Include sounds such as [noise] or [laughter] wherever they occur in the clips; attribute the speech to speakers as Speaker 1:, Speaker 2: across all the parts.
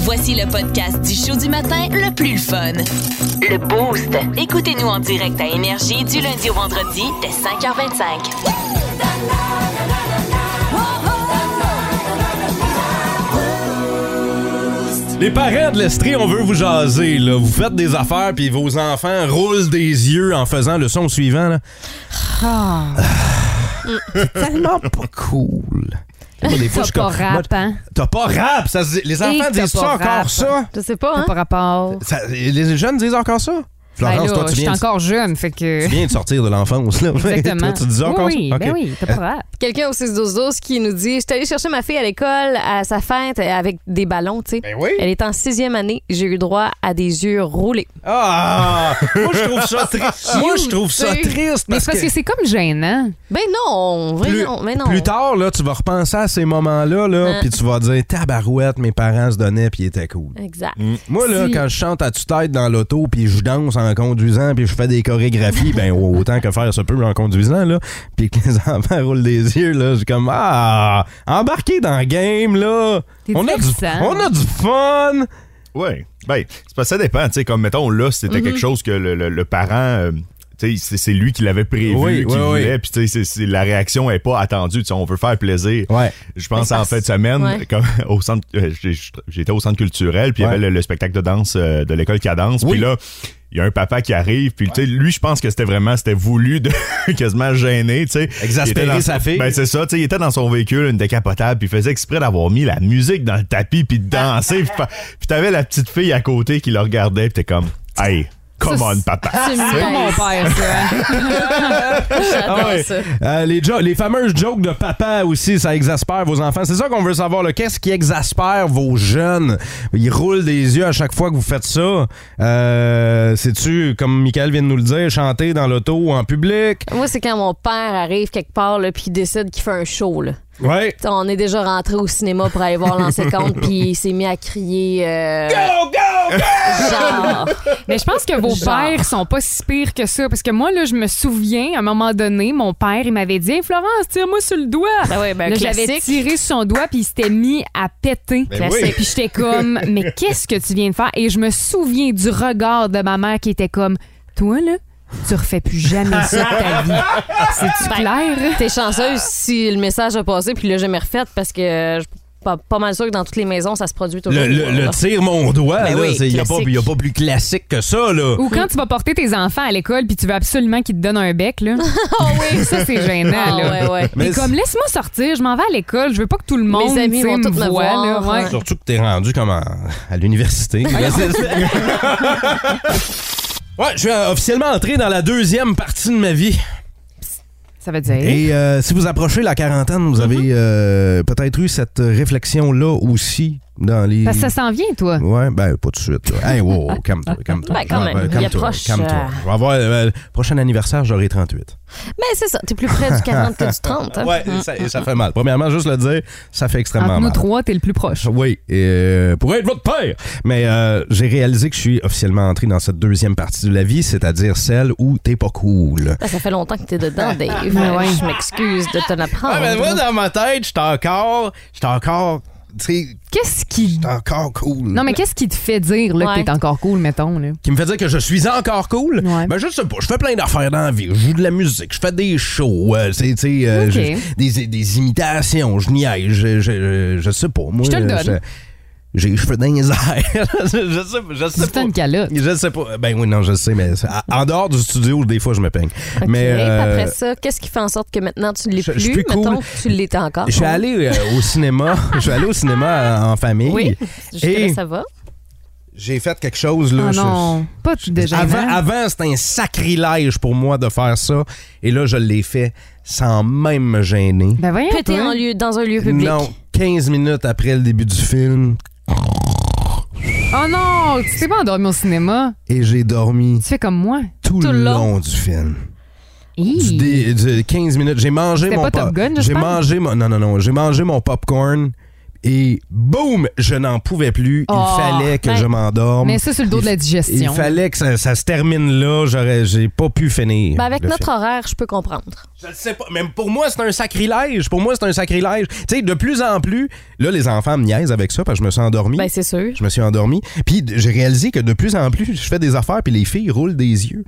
Speaker 1: Voici le podcast du show du matin le plus le fun. Le Boost. Écoutez-nous en direct à Énergie du lundi au vendredi dès 5h25.
Speaker 2: Les parents de l'Estrie, on veut vous jaser. Là. Vous faites des affaires, puis vos enfants roulent des yeux en faisant le son suivant. là.
Speaker 3: Ah.
Speaker 2: Ah.
Speaker 3: Mm.
Speaker 4: C'est tellement pas
Speaker 2: Cool. Moi, des fois, je suis
Speaker 3: pas
Speaker 2: comme- moi,
Speaker 3: rap, hein?
Speaker 2: T'as pas rap! Ça, se dit- les
Speaker 3: Et
Speaker 2: enfants
Speaker 3: que t'as
Speaker 2: disent ça
Speaker 3: pas rap.
Speaker 2: encore ça.
Speaker 3: Je sais pas, hein? Pas rapport.
Speaker 2: Ça- Les jeunes disent encore ça.
Speaker 3: Ben
Speaker 2: Florence,
Speaker 3: là,
Speaker 2: toi, tu
Speaker 3: je suis
Speaker 2: viens, de-
Speaker 3: encore jeune, fait que...
Speaker 2: tu viens de sortir de l'enfance. là. [laughs] Toi,
Speaker 3: Exactement.
Speaker 2: tu dis encore
Speaker 3: oui,
Speaker 2: ça?
Speaker 3: ben
Speaker 2: Ok.
Speaker 3: oui, t'as pas rap.
Speaker 4: Quelqu'un au 6-12-12 qui nous dit Je suis allée chercher ma fille à l'école à sa fête avec des ballons, tu sais.
Speaker 2: Ben oui.
Speaker 4: Elle est en sixième année, j'ai eu droit à des yeux roulés.
Speaker 2: Ah! Moi, je trouve ça triste. Moi, je trouve ça
Speaker 4: tu sais.
Speaker 2: triste
Speaker 3: Mais
Speaker 2: parce
Speaker 3: c'est parce
Speaker 2: que...
Speaker 3: que c'est comme gênant.
Speaker 4: Ben non,
Speaker 2: Plus,
Speaker 4: vraiment, mais non.
Speaker 2: plus tard, là, tu vas repenser à ces moments-là, là,
Speaker 4: Hein.
Speaker 2: puis tu vas dire Tabarouette, mes parents se donnaient, puis ils étaient cool.
Speaker 4: Exact.
Speaker 2: Moi, là,
Speaker 3: Si-
Speaker 2: quand je chante à tue-tête dans l'auto, puis je danse en conduisant, puis je fais des chorégraphies, ben autant que faire se peut en conduisant, là, puis que les [laughs] enfants roulent des yeux, là, je suis comme Ah, embarqué dans le game, là.
Speaker 3: T'es
Speaker 2: On a, du,
Speaker 3: divertissant.
Speaker 2: on a du fun.
Speaker 5: Oui. Ben, c'est parce que ça dépend. Tu sais, comme mettons, là, c'était quelque chose que le, le- le parent. euh, tu sais, c'est c'est lui qui l'avait prévu,
Speaker 2: Oui,
Speaker 5: qui
Speaker 2: oui, oui.
Speaker 5: voulait, puis tu sais, c'est- c'est- la réaction est pas attendue. Tu sais, on veut faire plaisir.
Speaker 2: Ouais.
Speaker 5: Je pense
Speaker 4: Ben,
Speaker 5: en
Speaker 4: ça-
Speaker 5: fin de semaine,
Speaker 4: ouais.
Speaker 5: comme [laughs] au centre, euh, j'ai- j'étais au centre culturel, puis il
Speaker 2: Ouais.
Speaker 5: y avait le, le spectacle de danse euh, de l'école Cadence.
Speaker 2: Oui.
Speaker 5: Puis là, il y a un papa qui arrive, puis tu sais, lui, je pense que c'était vraiment, c'était voulu de [laughs] quasiment gêner, tu sais.
Speaker 2: Exaspérer
Speaker 5: Il était dans-
Speaker 2: sa fille.
Speaker 5: Ben, c'est ça, tu sais, il était dans son véhicule, une décapotable, puis il faisait exprès d'avoir mis la musique dans le tapis, puis de danser. puis fa- puis t'avais la petite fille à côté qui le regardait, puis t'es comme, hey, come
Speaker 3: Ça,
Speaker 5: on, papa.
Speaker 4: C'est
Speaker 3: Comme mon
Speaker 4: nice.
Speaker 2: [laughs]
Speaker 3: père, ça. hein.
Speaker 4: J'adore
Speaker 2: Ah ouais.
Speaker 4: ça.
Speaker 2: Euh, les, jo- les fameuses jokes de papa aussi, ça exaspère vos enfants. C'est ça qu'on veut savoir. là. Qu'est-ce qui exaspère vos jeunes? Ils roulent des yeux à chaque fois que vous faites ça. Euh, C'est-tu, comme Michael vient de nous le dire, chanter dans l'auto ou en public?
Speaker 4: Moi, c'est quand mon père arrive quelque part, là, puis il décide qu'il fait un show, là.
Speaker 2: Ouais.
Speaker 4: T'sais, On est déjà rentré au cinéma pour aller voir
Speaker 2: [laughs]
Speaker 4: l'ancien compte, puis il s'est mis à crier. euh, Genre.
Speaker 3: Mais je pense que vos
Speaker 4: Genre.
Speaker 3: pères sont pas si pires que ça. Parce que moi, là, je me souviens, à un moment donné, mon père, il m'avait dit Hey, Florence, tire-moi sur le doigt.
Speaker 4: Ah ouais, ben,
Speaker 3: Là, j'avais
Speaker 4: classique.
Speaker 3: tiré sur son doigt, puis il s'était mis à péter.
Speaker 2: Classique. oui.
Speaker 3: Puis j'étais comme, mais qu'est-ce que tu viens de faire? Et je me souviens du regard de ma mère qui était comme, toi, là, tu refais plus jamais ça de ta vie. C'est-tu clair?
Speaker 4: Ben, T'es chanceuse si le message a passé, puis là, j'ai jamais refait parce que euh, je suis pas, pas mal sûr que dans toutes les maisons, ça se produit toujours.
Speaker 2: Le, le- le tire mon doigt,
Speaker 4: Ben
Speaker 2: là,
Speaker 4: oui,
Speaker 2: c'est- il n'y a, pas-
Speaker 4: classique.
Speaker 2: y a pas plus classique que ça. Là.
Speaker 3: Ou quand tu vas porter tes enfants à l'école, puis tu veux absolument qu'ils te donnent un bec, là.
Speaker 4: [laughs] Ah oui!
Speaker 3: Ça, c'est gênant,
Speaker 4: Ah,
Speaker 3: là.
Speaker 4: ouais, ouais.
Speaker 3: Mais comme laisse-moi sortir, je m'en vais à l'école, je veux pas que tout le monde
Speaker 4: amis
Speaker 3: tu sais,
Speaker 4: vont
Speaker 3: me
Speaker 4: toutes me
Speaker 3: voie,
Speaker 4: voir,
Speaker 3: là, ouais.
Speaker 4: ouais.
Speaker 2: Surtout que t'es rendu comme en- à l'université.
Speaker 4: Ah,
Speaker 2: [laughs] Là, c'est- ouais, je suis euh, officiellement entré dans la deuxième partie de ma vie.
Speaker 3: Ça veut dire
Speaker 2: Et euh, si vous approchez la quarantaine, vous avez euh, peut-être eu cette réflexion-là aussi dans les.
Speaker 3: parce que ça s'en vient toi.
Speaker 2: Ouais, ben pas tout de suite. là. Hey, wow, wow, calme-toi, calme-toi.
Speaker 4: Ben, quand
Speaker 2: Je vais-
Speaker 4: même, il
Speaker 2: calme-toi,
Speaker 4: approche,
Speaker 2: calme-toi.
Speaker 4: euh,
Speaker 2: Je vais avoir euh, prochain anniversaire, j'aurai 38.
Speaker 4: Mais c'est ça, t'es plus près du 40 que du 30. hein.
Speaker 2: Ouais, et ça, et ça fait mal. Premièrement, juste le dire, ça fait extrêmement
Speaker 3: Entre nous
Speaker 2: mal.
Speaker 3: trois, t'es le plus proche.
Speaker 2: Oui, et, euh, pour être votre père. Mais euh, j'ai réalisé que je suis officiellement entré dans cette deuxième partie de la vie, c'est-à-dire celle où t'es pas cool.
Speaker 4: Ça, ça fait longtemps que t'es dedans, Dave.
Speaker 3: Ouais, ouais.
Speaker 4: Je m'excuse de te l'apprendre.
Speaker 2: Ouais, mais moi, dans ma tête, j'étais encore. J'étais encore. Tu sais,
Speaker 3: Qu'est-ce qui
Speaker 2: j'étais encore cool.
Speaker 3: Non mais qu'est-ce qui te fait dire là,
Speaker 4: Ouais.
Speaker 3: que t'es encore cool mettons là
Speaker 2: qui me fait dire que je suis encore cool.
Speaker 3: Ouais.
Speaker 2: Ben, je sais pas, je fais plein d'affaires dans la vie. Je joue de la musique, je fais des shows, euh, c'est- tu sais, euh,
Speaker 3: Ok.
Speaker 2: je- des, des imitations, je niaise, je, je, je, je sais pas. Moi,
Speaker 3: Je te le
Speaker 2: euh,
Speaker 3: donne.
Speaker 2: J'ai les cheveux dans les airs. [laughs] je sais, pas- je sais
Speaker 3: C'est
Speaker 2: pas.
Speaker 3: une calotte.
Speaker 2: Je sais pas. Ben oui, non, je sais, mais c'est- à- en dehors du studio, des fois, je me peigne. Mais
Speaker 4: Ok, puis
Speaker 2: euh,
Speaker 4: après ça, qu'est-ce qui fait en sorte que maintenant tu ne l'es
Speaker 2: je-
Speaker 4: plus,
Speaker 2: je suis plus cool.
Speaker 4: mettons que tu l'étais encore?
Speaker 2: je suis
Speaker 4: Ouais.
Speaker 2: allé euh, au cinéma. Je suis allé au cinéma en en famille.
Speaker 4: Oui, jusque-là,
Speaker 2: Et-
Speaker 4: ça va.
Speaker 2: J'ai fait quelque chose là.
Speaker 3: Ah
Speaker 2: je-
Speaker 3: non, pas de déjà. Ben
Speaker 2: Avant, avant, c'était un sacrilège pour moi de faire ça. Et là, je l'ai fait sans même me gêner.
Speaker 3: Ben voyons
Speaker 4: Péter
Speaker 3: toi.
Speaker 4: en lieu, dans un lieu public.
Speaker 2: Non, 15 minutes après le début du film,
Speaker 3: Oh non, tu t'es pas endormi au cinéma.
Speaker 2: et j'ai dormi
Speaker 3: Tu fais comme moi.
Speaker 2: tout,
Speaker 4: Tout
Speaker 2: le
Speaker 4: le
Speaker 2: long. du film. Du
Speaker 3: Hi.
Speaker 2: dé- du 15 minutes. J'ai mangé
Speaker 3: C'était
Speaker 2: mon
Speaker 3: pas Top
Speaker 2: pop-
Speaker 3: Gun, je
Speaker 2: J'ai
Speaker 3: pense?
Speaker 2: mangé mon. Non, non, non. J'ai mangé mon popcorn. Et boum, je n'en pouvais plus. Il
Speaker 3: Oh,
Speaker 2: fallait que
Speaker 3: ben,
Speaker 2: je m'endorme.
Speaker 3: Mais ça sur le dos
Speaker 2: Il-
Speaker 3: de la
Speaker 2: Il
Speaker 3: digestion.
Speaker 2: fallait que ça, ça se termine là. J'aurais, j'ai pas pu finir.
Speaker 4: Ben, avec
Speaker 2: le
Speaker 4: notre
Speaker 2: film.
Speaker 4: horaire, je peux comprendre.
Speaker 2: Je le sais pas. Même pour moi, c'est un sacrilège. Pour moi, c'est un sacrilège. Tu sais, de plus en plus, là, les enfants me niaisent avec ça parce que je me suis endormi.
Speaker 4: Ben, c'est sûr.
Speaker 2: je me suis endormi. Puis d- j'ai réalisé que de plus en plus, je fais des affaires puis les filles roulent des
Speaker 4: [laughs]
Speaker 2: yeux.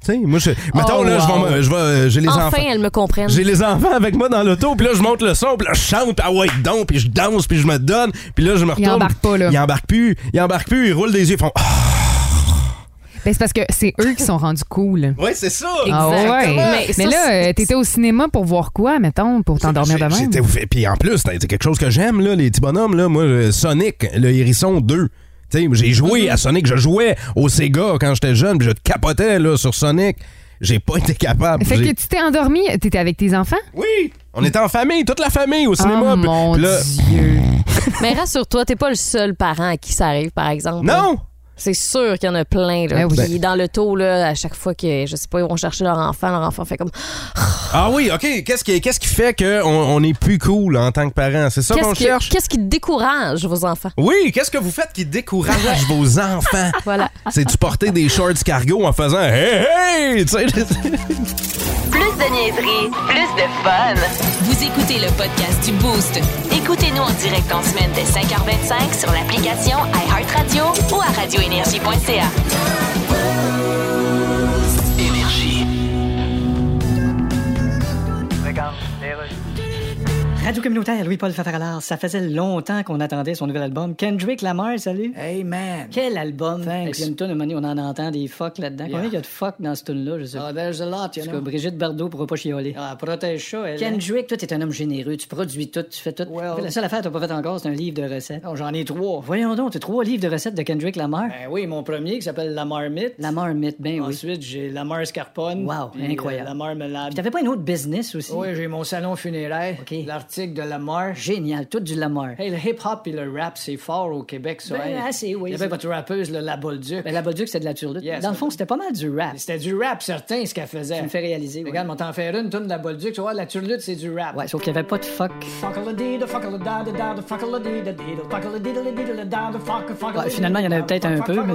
Speaker 2: tu sais, moi, je, mettons,
Speaker 4: Oh,
Speaker 2: là, je vais
Speaker 4: wow.
Speaker 2: me- je vais, euh, j'ai les
Speaker 4: Enfin,
Speaker 2: enfants.
Speaker 4: elles me comprennent.
Speaker 2: J'ai les enfants avec moi dans l'auto, puis là, je monte le son, puis là, je chante, ah ouais, donc, puis je danse, puis je me donne, puis là, je me retourne.
Speaker 3: embarquent pas, là.
Speaker 2: Ils embarquent plus, ils embarquent plus, ils roulent des yeux, ils font, ah,
Speaker 3: Ben, c'est parce que c'est eux qui sont rendus
Speaker 2: [laughs]
Speaker 3: cool.
Speaker 2: ouais, c'est ça!
Speaker 3: Ah ouais. Mais,
Speaker 4: Mais ça,
Speaker 3: là,
Speaker 4: c'est-
Speaker 3: euh, t'étais au cinéma pour voir quoi, mettons, pour t'endormir
Speaker 2: J'ai-
Speaker 3: demain?
Speaker 2: j'étais ouf- Puis en plus, c'est quelque chose que j'aime, là, les petits bonhommes. Là. Moi, euh, Sonic, le hérisson 2. Tu sais, J'ai
Speaker 3: Mm-hmm.
Speaker 2: joué à Sonic, je jouais au Sega quand j'étais jeune, puis je capotais là, sur Sonic. J'ai pas été capable.
Speaker 3: Fait que
Speaker 2: J'ai-
Speaker 3: tu t'es endormi, t'étais avec tes enfants?
Speaker 2: Oui! On était en famille, toute la famille au cinéma.
Speaker 3: oh
Speaker 2: puis-
Speaker 3: mon
Speaker 2: puis là-
Speaker 3: Dieu.
Speaker 4: Mais rassure-toi, t'es pas le seul parent à qui ça arrive, par exemple.
Speaker 2: Non!
Speaker 4: C'est sûr qu'il y en a plein, là.
Speaker 3: Ben oui.
Speaker 4: Qui, dans le taux, là, à chaque fois que, je sais pas, ils vont chercher leur enfant, leur enfant fait comme.
Speaker 2: Ah oui, OK. Qu'est-ce qui, qu'est-ce qui fait qu'on on est plus cool en tant que parents? C'est ça qu'on
Speaker 4: Qu'est-ce qui,
Speaker 2: cherche?
Speaker 4: qu'est-ce qui décourage vos enfants?
Speaker 2: Oui, qu'est-ce que vous faites qui décourage vos
Speaker 3: [laughs]
Speaker 2: enfants?
Speaker 4: Voilà.
Speaker 2: C'est-tu porter des shorts cargo en faisant Hey, hey! Tu sais,
Speaker 3: [laughs]
Speaker 1: Plus de niaiserie, plus de fun. Vous écoutez le podcast du Boost. Écoutez-nous en direct en semaine dès 5h25 sur l'application iHeartRadio ou à radioénergie.ca.
Speaker 6: Radio communautaire Louis-Paul Fafaralard, ça faisait longtemps qu'on attendait son nouvel album. Kendrick Lamar, salut. Hey man. Quel album. Thanks. Il y a une tonne de on en entend des fuck là-dedans. Combien il y a de fuck dans ce tune là je sais Ah, there's a lot, you know. Brigitte Bardot pourra pas chialer. Ah, protège ça, elle. Kendrick, toi t'es un homme généreux, tu produis tout, tu fais tout. La seule affaire que t'as pas fait encore, c'est un livre de recettes. Non, j'en ai trois. Voyons donc, t'as trois livres de recettes de Kendrick Lamar. Ben oui, mon premier qui s'appelle La Marmite. La Marmite, ben oui. Ensuite, j'ai La Mar Scarpone. Wow, incroyable. la Marmelade. T'avais pas une autre business aussi? Oui, j'ai mon salon funéraire. L'article de Lamar. Génial, tout du Lamar. Hey, le hip-hop et le rap, c'est fort au Québec, ça. Ben, assez, oui. Il y avait votre rappeuse, le La Bolduc. Ben, la Bolduc, c'était de la turlute. Dans le fond, c'était pas mal du rap. C'était du rap, certain, ce qu'elle faisait. Tu me fais réaliser, Regarde, on t'en fait une, tourne de la Bolduc, tu vois, la turlute, c'est du rap. Ouais, sauf qu'il y avait pas de fuck. Ouais, finalement, il y en avait peut-être un peu, mais...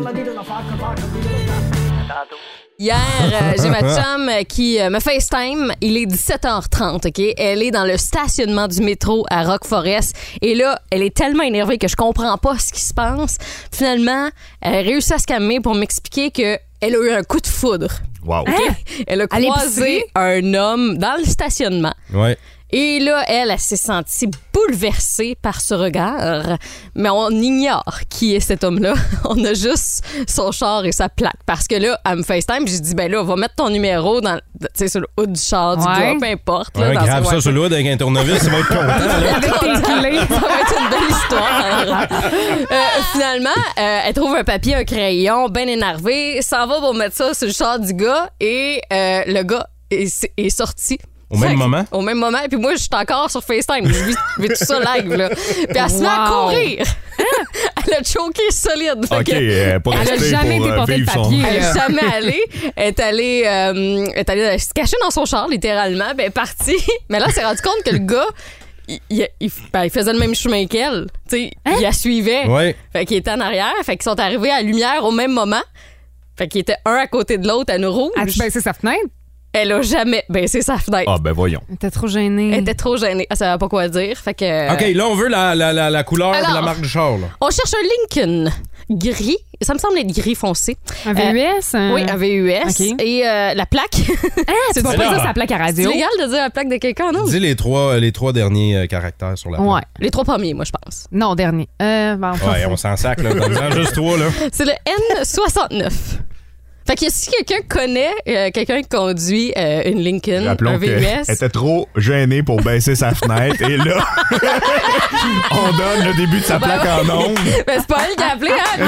Speaker 4: Hier,
Speaker 2: [laughs]
Speaker 4: euh, j'ai ma chum euh, qui euh, me FaceTime. Il est 17h30, OK? Elle est dans le stationnement du métro à Rock Forest. Et là, elle est tellement énervée que je comprends pas ce qui se passe. Finalement, elle a réussi à se calmer pour m'expliquer que elle a eu un coup de foudre.
Speaker 5: Wow.
Speaker 4: Hein?
Speaker 3: Ah!
Speaker 4: [laughs] Elle a
Speaker 3: À
Speaker 4: croisé
Speaker 3: l'épicerie?
Speaker 4: un homme dans le stationnement.
Speaker 2: ouais.
Speaker 4: Et là, elle, elle s'est sentie bouleversée par ce regard. Mais on ignore qui est cet homme-là. [laughs] On a juste son char et sa plaque. Parce que là, elle me FaceTime, j'ai dit, ben là, on va mettre ton numéro dans, tu sais, sur le haut du char, du
Speaker 3: Ouais.
Speaker 4: gars, peu importe. là,
Speaker 2: Ouais,
Speaker 4: dans ce-
Speaker 2: grave ça
Speaker 4: ouais.
Speaker 2: sur l'aude avec un tournevis, ça va être content. là.
Speaker 3: Avec tes
Speaker 4: [laughs]
Speaker 3: clés.
Speaker 4: Ça va être une belle histoire. Euh, finalement, euh, elle trouve un papier, un crayon, bien énervé, s'en va pour mettre ça sur le char du gars et euh, le gars est, est sorti.
Speaker 2: Au même
Speaker 4: Fait que-
Speaker 2: moment?
Speaker 4: Au même moment. Puis moi, je suis encore sur FaceTime. Je vis, je vis tout ça live. Là. Puis elle se met à
Speaker 3: Wow.
Speaker 4: courir. [laughs] elle a choqué solide. Fait
Speaker 5: OK,
Speaker 4: que-
Speaker 5: euh, pas
Speaker 3: Elle a
Speaker 5: rester
Speaker 3: jamais
Speaker 5: pour, euh,
Speaker 3: déporté de
Speaker 5: vivre son-
Speaker 3: papier.
Speaker 4: elle
Speaker 3: là.
Speaker 4: n'est jamais allée. Elle est allée, euh, elle est allée se cacher dans son char, littéralement. Ben, elle est partie. [laughs] Mais là, elle s'est rendue compte que le gars, il, il- il- ben, il faisait le même chemin qu'elle. Tu sais, Il la suivait.
Speaker 2: [laughs] Ouais.
Speaker 4: Fait qu'il était en arrière. Fait qu'ils sont arrivés à la lumière au même moment. Fait qu'ils étaient un à côté de l'autre à nous rouges.
Speaker 3: As-tu baissé sa fenêtre?
Speaker 4: Elle a jamais baissé sa fenêtre.
Speaker 5: Ah, ben voyons.
Speaker 3: T'es trop gênée.
Speaker 4: Elle était trop gênée. Elle savait pas quoi dire. Fait que.
Speaker 2: OK, là, on veut la, la, la, la couleur
Speaker 4: Alors-
Speaker 2: de la marque du char. Là.
Speaker 4: On cherche un Lincoln gris. Ça me semble être gris foncé.
Speaker 3: Un VUS? un-
Speaker 4: Euh, Oui, un VUS.
Speaker 3: Ah. OK.
Speaker 4: Et euh, la plaque. [laughs]
Speaker 3: Ah, tu vas
Speaker 2: Mais
Speaker 3: pas
Speaker 2: là-
Speaker 3: dire sa plaque à
Speaker 4: C'est
Speaker 3: radio?
Speaker 4: légal de dire la plaque de quelqu'un, non?
Speaker 2: Dis les trois, les trois derniers euh, caractères sur la plaque.
Speaker 3: Ouais.
Speaker 4: Les trois premiers, moi, je pense.
Speaker 3: Non, dernier. Euh, bon,
Speaker 2: Ouais, on s'en [laughs] sac, là. T'en prends juste trois, là.
Speaker 4: C'est le N69. Fait que si quelqu'un connaît, euh, quelqu'un qui conduit euh, une Lincoln, un
Speaker 5: Rappelons qu'elle [laughs]
Speaker 4: VUS,
Speaker 5: était trop gênée pour baisser sa fenêtre. Et là, [laughs] on donne le début de sa plaque en ondes.
Speaker 4: ben, c'est pas elle qui a appelé, hein? mais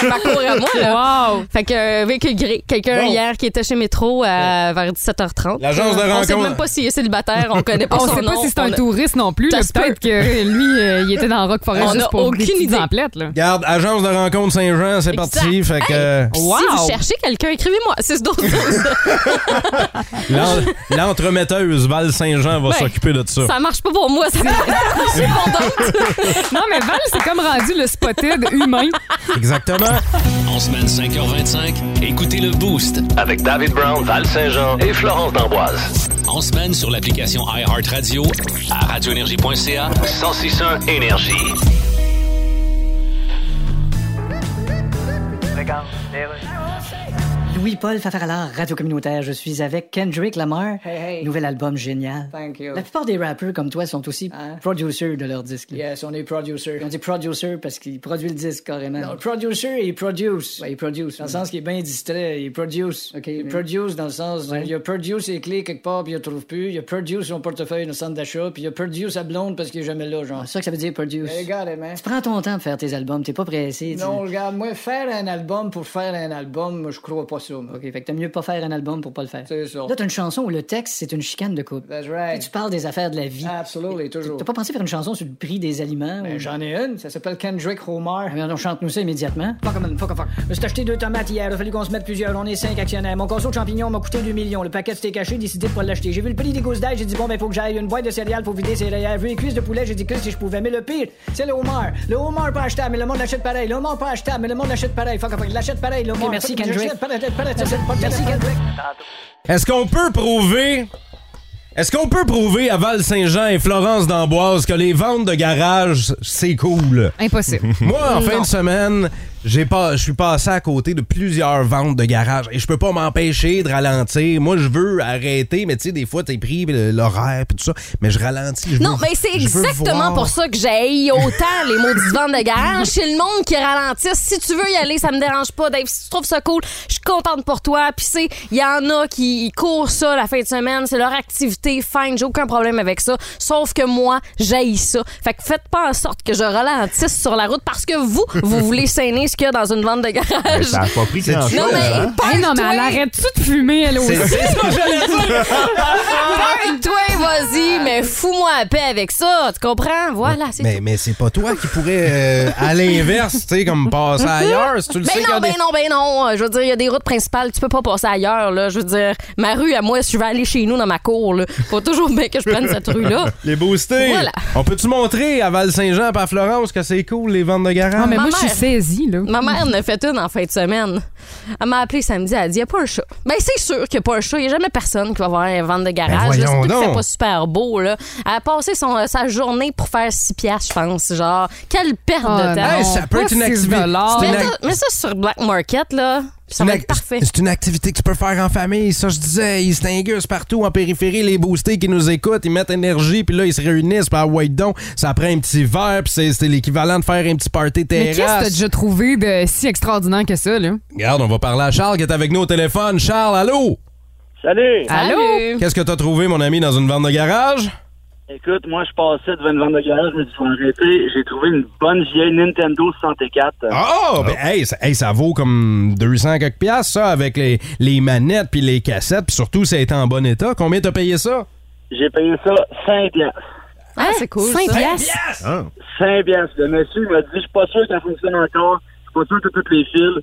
Speaker 4: c'est ma, ma cour à moi, là.
Speaker 3: Wow!
Speaker 4: Fait que euh, véhicule gris, quelqu'un
Speaker 2: Bon.
Speaker 4: hier qui était chez Métro à- vers 17h30.
Speaker 2: L'agence de
Speaker 4: On sait
Speaker 2: rencontre.
Speaker 4: même pas s'il est célibataire, on connaît pas
Speaker 3: On
Speaker 4: Oh, son
Speaker 3: sait
Speaker 4: nom.
Speaker 3: pas si c'est
Speaker 4: on
Speaker 3: un
Speaker 4: a-
Speaker 3: touriste non plus.
Speaker 4: Ça
Speaker 3: là.
Speaker 4: se
Speaker 3: Peut-être que lui, euh, il était dans Rock
Speaker 4: On
Speaker 3: Forest
Speaker 4: a
Speaker 3: juste pour des
Speaker 4: aucune
Speaker 3: petites
Speaker 4: idée.
Speaker 3: emplettes. Là.
Speaker 2: Garde, agence de rencontre Saint-Jean, c'est
Speaker 4: Exact.
Speaker 2: parti. Fait que euh,
Speaker 4: Puis Si
Speaker 3: Wow.
Speaker 4: vous cherchez quelqu'un, écrivez-moi. C'est
Speaker 3: [laughs]
Speaker 4: ce dont
Speaker 2: [laughs] l'en- l'entremetteuse Val Saint-Jean va
Speaker 4: Ben,
Speaker 2: s'occuper de ça.
Speaker 4: ça marche pas pour moi. Ça marche pour d'autres. [laughs]
Speaker 3: Non, mais Val, c'est comme rendu le spotted humain.
Speaker 2: Exactement.
Speaker 7: En semaine 5h25, écoutez le Boost.
Speaker 8: Avec David Brown, Val Saint-Jean et Florence D'Amboise.
Speaker 7: En semaine sur l'application iHeartRadio, à radioénergie.ca
Speaker 8: 1061 Énergie.
Speaker 6: Louis-Paul Fafaralard, Radio Communautaire. Je suis avec Kendrick Lamar. Nouvel album génial. La plupart des rappers comme toi sont aussi producers de leurs disques. Yes, on est producers. On dit producer parce qu'ils produisent le disque carrément. Non, producer, il produce. il produce. Dans le sens qu'il est bien distrait, il produce. il produce dans le sens, il a produce ses clés quelque part puis il ne trouve plus. Il a produce son portefeuille dans le centre d'achat puis il a produce sa blonde parce qu'il n'est jamais là, genre. Ah, C'est ça que ça veut dire produce. Tu prends ton temps de faire tes albums, t'es pas pressé. Non, regarde, moi, faire un album pour faire un album, moi, je crois pas ça. OK, fait que t'aimes mieux pas faire un album pour pas le faire. C'est ça. Là, t'as une chanson où le texte, c'est une chicane de couple. That's right. Tu parles des affaires de la vie. Absolutely, toujours. Ben T'as Ah, pas pensé faire une chanson sur le prix des aliments? J'en ai une. Ça s'appelle Kendrick Homer. on chante-nous ça immédiatement. Fuck, man, fuck, fuck. Je me suis acheté deux tomates hier. Il a fallu qu'on se mette plusieurs. On est cinq actionnaires. Mon conso de champignons m'a coûté 2 millions. Le paquet c'était caché, décidé de pas l'acheter. J'ai vu le prix des gousses d'ail. J'ai dit, bon, ben, faut que j'aille une boîte de céréales pour vider ses rayères. Vu les cuisses de poulet, j'ai dit que si je pouvais. Mais le pire, c'est le homard. Le homard pas achetable, mais le monde l'achète pareil. Le homard pas achetable, mais le monde l'achète pareil. Fuck, fuck, il l'achète pareil. Le homard. merci, Kendrick. Merci, Kendrick.
Speaker 2: Est-ce qu'on peut prouver. Est-ce qu'on peut prouver à Val-Saint-Jean et Florence d'Amboise que les ventes de garage, c'est cool?
Speaker 3: Impossible.
Speaker 2: Moi, en fin
Speaker 3: Non.
Speaker 2: de semaine, j'ai pas, je suis passé à côté de plusieurs ventes de garage et je peux pas m'empêcher de ralentir. Moi, je veux arrêter, mais tu sais, des fois, t'es pris, le- l'horaire, puis tout ça, mais je ralentis. je
Speaker 4: Non,
Speaker 2: veux-
Speaker 4: mais c'est
Speaker 2: je veux
Speaker 4: exactement
Speaker 2: voir.
Speaker 4: pour ça que j'ai autant les maudites [laughs] ventes de garage. C'est le monde qui ralentit. Si tu veux y aller, ça me dérange pas. Dave, si tu trouves ça cool, je suis contente pour toi. Puis, c'est, il y en a qui courent ça la fin de semaine. C'est leur activité. Fine, j'ai aucun problème avec ça. Sauf que moi, j'haïs ça. Fait que faites pas en sorte que je ralentisse sur la route parce que vous, vous
Speaker 2: [laughs]
Speaker 4: voulez saigner ce qu'il y a dans une vente
Speaker 5: Ben,
Speaker 4: de garage.
Speaker 5: Ça a pas pris
Speaker 2: C'est
Speaker 5: grand-chose,
Speaker 4: Non, mais
Speaker 5: hein?
Speaker 3: Hey, non, mais elle
Speaker 4: arrête.
Speaker 3: arrête-tu de fumer, elle aussi?
Speaker 2: C'est c'est ça que j'allais dire.
Speaker 4: Toi, vas-y, mais fous-moi à paix avec ça. Tu comprends? Voilà, c'est
Speaker 2: Mais, mais c'est pas toi qui pourrais, euh, à l'inverse, tu sais, comme passer ailleurs, si tu le sais.
Speaker 4: Ben
Speaker 2: qu'il y a
Speaker 4: non,
Speaker 2: des-
Speaker 4: ben non, ben non. Je veux dire, il y a des routes principales, tu peux pas passer ailleurs, là. Je veux dire, ma rue à moi, si je veux aller chez nous dans ma cour, là, faut toujours bien que je prenne
Speaker 2: [laughs]
Speaker 4: cette rue-là.
Speaker 2: Les boostés.
Speaker 4: Voilà.
Speaker 2: On peut-tu montrer à Val-Saint-Jean et à Florence que c'est cool les ventes de garage?
Speaker 3: Ah, mais
Speaker 4: Ma
Speaker 3: moi, je suis
Speaker 4: mère-
Speaker 3: saisie, là.
Speaker 4: Ma mère en a fait une en fin de semaine. Elle m'a appelé samedi, elle a dit, il a pas un chat. Ben, c'est sûr qu'il n'y a pas un chat. Il n'y a jamais personne qui va avoir un vente de garage.
Speaker 2: Ben,
Speaker 4: là.
Speaker 2: voyons
Speaker 4: Surtout que
Speaker 2: donc.
Speaker 4: c'est pas super beau, là. Elle a passé son, euh, sa journée pour faire 6 piastres, je pense. Genre, quelle perte
Speaker 3: Ah,
Speaker 4: de temps.
Speaker 2: Hey,
Speaker 3: non,
Speaker 2: ça peut
Speaker 3: pas
Speaker 2: être une
Speaker 3: 6
Speaker 2: activité.
Speaker 3: dollars.
Speaker 2: C'est
Speaker 4: Mets
Speaker 2: une
Speaker 4: ça,
Speaker 2: ac-
Speaker 4: mets ça sur le Black Market, là. puis Ça
Speaker 2: une
Speaker 4: va
Speaker 2: ac-
Speaker 4: être parfait.
Speaker 2: C'est une activité que tu peux faire en famille. Ça, je disais, ils s'ingusent partout en périphérie, les boostés qui nous écoutent, ils mettent énergie, puis là, ils se réunissent, puis à White Don, ça prend un petit verre, puis c'est c'est l'équivalent de faire un petit party
Speaker 3: Mais qu'est-ce que t'as
Speaker 2: terrasse.
Speaker 3: déjà trouvé de si extraordinaire que ça, là?
Speaker 2: Regarde, on va parler à Charles qui est avec nous au téléphone. Charles, allô?
Speaker 9: Salut!
Speaker 3: Allô?
Speaker 4: Salut.
Speaker 2: Qu'est-ce que t'as trouvé, mon ami, dans une vente de garage?
Speaker 9: Écoute, moi, je passais devant une vente de garage, je me suis arrêté. J'ai trouvé une bonne vieille Nintendo 64.
Speaker 2: Ah, ben, hey, ça, hey, ça vaut comme 200 quelques piastres, ça, avec les, les manettes puis les cassettes, puis surtout, ça a été en bon état. Combien t'as payé ça?
Speaker 9: J'ai payé ça 5 piastres.
Speaker 4: Ah, c'est cool. ça.
Speaker 3: 5 piastres?
Speaker 5: Ah.
Speaker 9: 5 piastres. Le monsieur il m'a dit, je suis pas sûr que ça fonctionne encore. Je suis pas sûr que toutes les fils.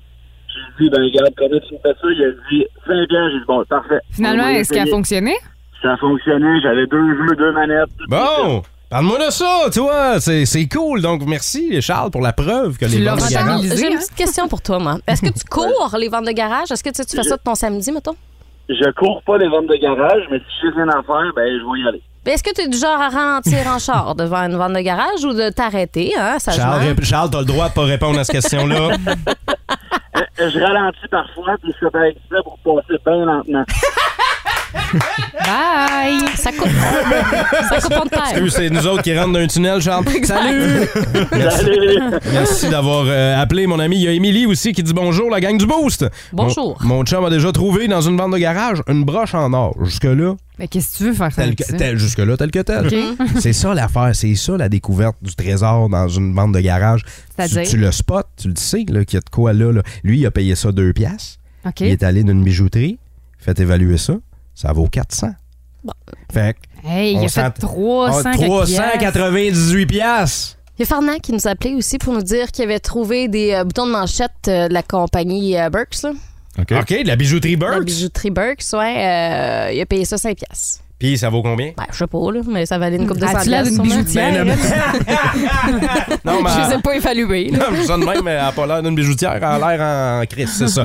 Speaker 9: J'ai dit, ben, regarde, comment tu me fais ça? Il a dit, 5 piastres. J'ai dit, bon, parfait.
Speaker 3: Finalement,
Speaker 9: On va
Speaker 3: est-ce qu'elle a
Speaker 9: essayer.
Speaker 3: fonctionné?
Speaker 9: Ça fonctionnait. J'avais deux jeux, deux manettes. tout ça.
Speaker 2: Bon! Parle-moi de ça, tu vois, c'est c'est cool. Donc, merci, Charles, pour la preuve que les
Speaker 3: l'as
Speaker 2: ventes de
Speaker 3: vendu.
Speaker 2: garage-
Speaker 4: Charles,
Speaker 3: organisé,
Speaker 4: Ah, ben, j'ai une
Speaker 3: hein?
Speaker 4: petite question pour toi, moi. Est-ce que [laughs] tu cours les ventes de garage? Est-ce que tu, sais, tu fais ça de ton samedi, mettons?
Speaker 9: Je cours pas les ventes de garage, mais si j'ai rien à faire, ben, je vais y aller.
Speaker 4: Mais Est-ce que tu es du genre à ralentir en char devant une vente de garage ou de t'arrêter, hein, sagement?
Speaker 2: Charles, rép- Charles, t'as le droit de pas répondre à cette question-là.
Speaker 9: Euh, Je ralentis parfois, puis je fais pas exprès pour passer bien lentement.
Speaker 3: Bye!
Speaker 4: Ça coupe. ça coupe en terre.
Speaker 2: Excuse, c'est nous autres qui rentrent d'un tunnel, Charles. Salut!
Speaker 9: Salut!
Speaker 2: Merci d'avoir euh, appelé, mon ami. Il y a Émilie aussi qui dit bonjour, la gang du Boost.
Speaker 4: Bonjour.
Speaker 2: Mon, mon chum a déjà trouvé dans une vente de garage une broche en or. Jusque-là,
Speaker 3: Mais qu'est-ce que tu veux faire ça?
Speaker 2: tel
Speaker 3: avec
Speaker 2: que,
Speaker 3: ça?
Speaker 2: tel- jusque-là, tel que tel.
Speaker 3: OK.
Speaker 4: Hein?
Speaker 2: C'est ça l'affaire, c'est ça la découverte du trésor dans une vente de garage. Tu,
Speaker 3: C'est-à-dire?
Speaker 2: tu le spots, tu le sais là, qu'il y a de quoi là, là. Lui, il a payé ça 2 piastres.
Speaker 3: OK.
Speaker 2: Il est allé d'une bijouterie, fait évaluer ça, ça vaut 400. Fait que
Speaker 3: Hey, il
Speaker 2: on
Speaker 3: a fait
Speaker 2: s'ent-
Speaker 3: 300
Speaker 2: ah,
Speaker 3: quelques
Speaker 2: 398 piastres.
Speaker 4: Il y a Fernand qui nous appelait aussi pour nous dire qu'il avait trouvé des euh, boutons de manchette euh, de la compagnie euh, Burks, là.
Speaker 5: OK.
Speaker 2: OK, de la bijouterie
Speaker 4: La
Speaker 2: Burks.
Speaker 4: bijouterie Burks, ouais. euh, il a payé ça 5 piastres.
Speaker 2: Puis Puis ça vaut combien?
Speaker 4: Ben, je sais pas, là, mais ça valait une coupe de
Speaker 3: Ah,
Speaker 4: cent
Speaker 3: tu l'as
Speaker 4: piastres,
Speaker 3: d'une
Speaker 4: sûrement.
Speaker 3: bijoutière.
Speaker 4: [laughs]
Speaker 2: Ben,
Speaker 3: elle?
Speaker 2: Non, mais.
Speaker 4: Je les ai pas évalués. là.
Speaker 2: Non, [laughs] je dis ça de même, mais elle a pas l'air d'une bijoutière, elle a l'air en crise, c'est ça.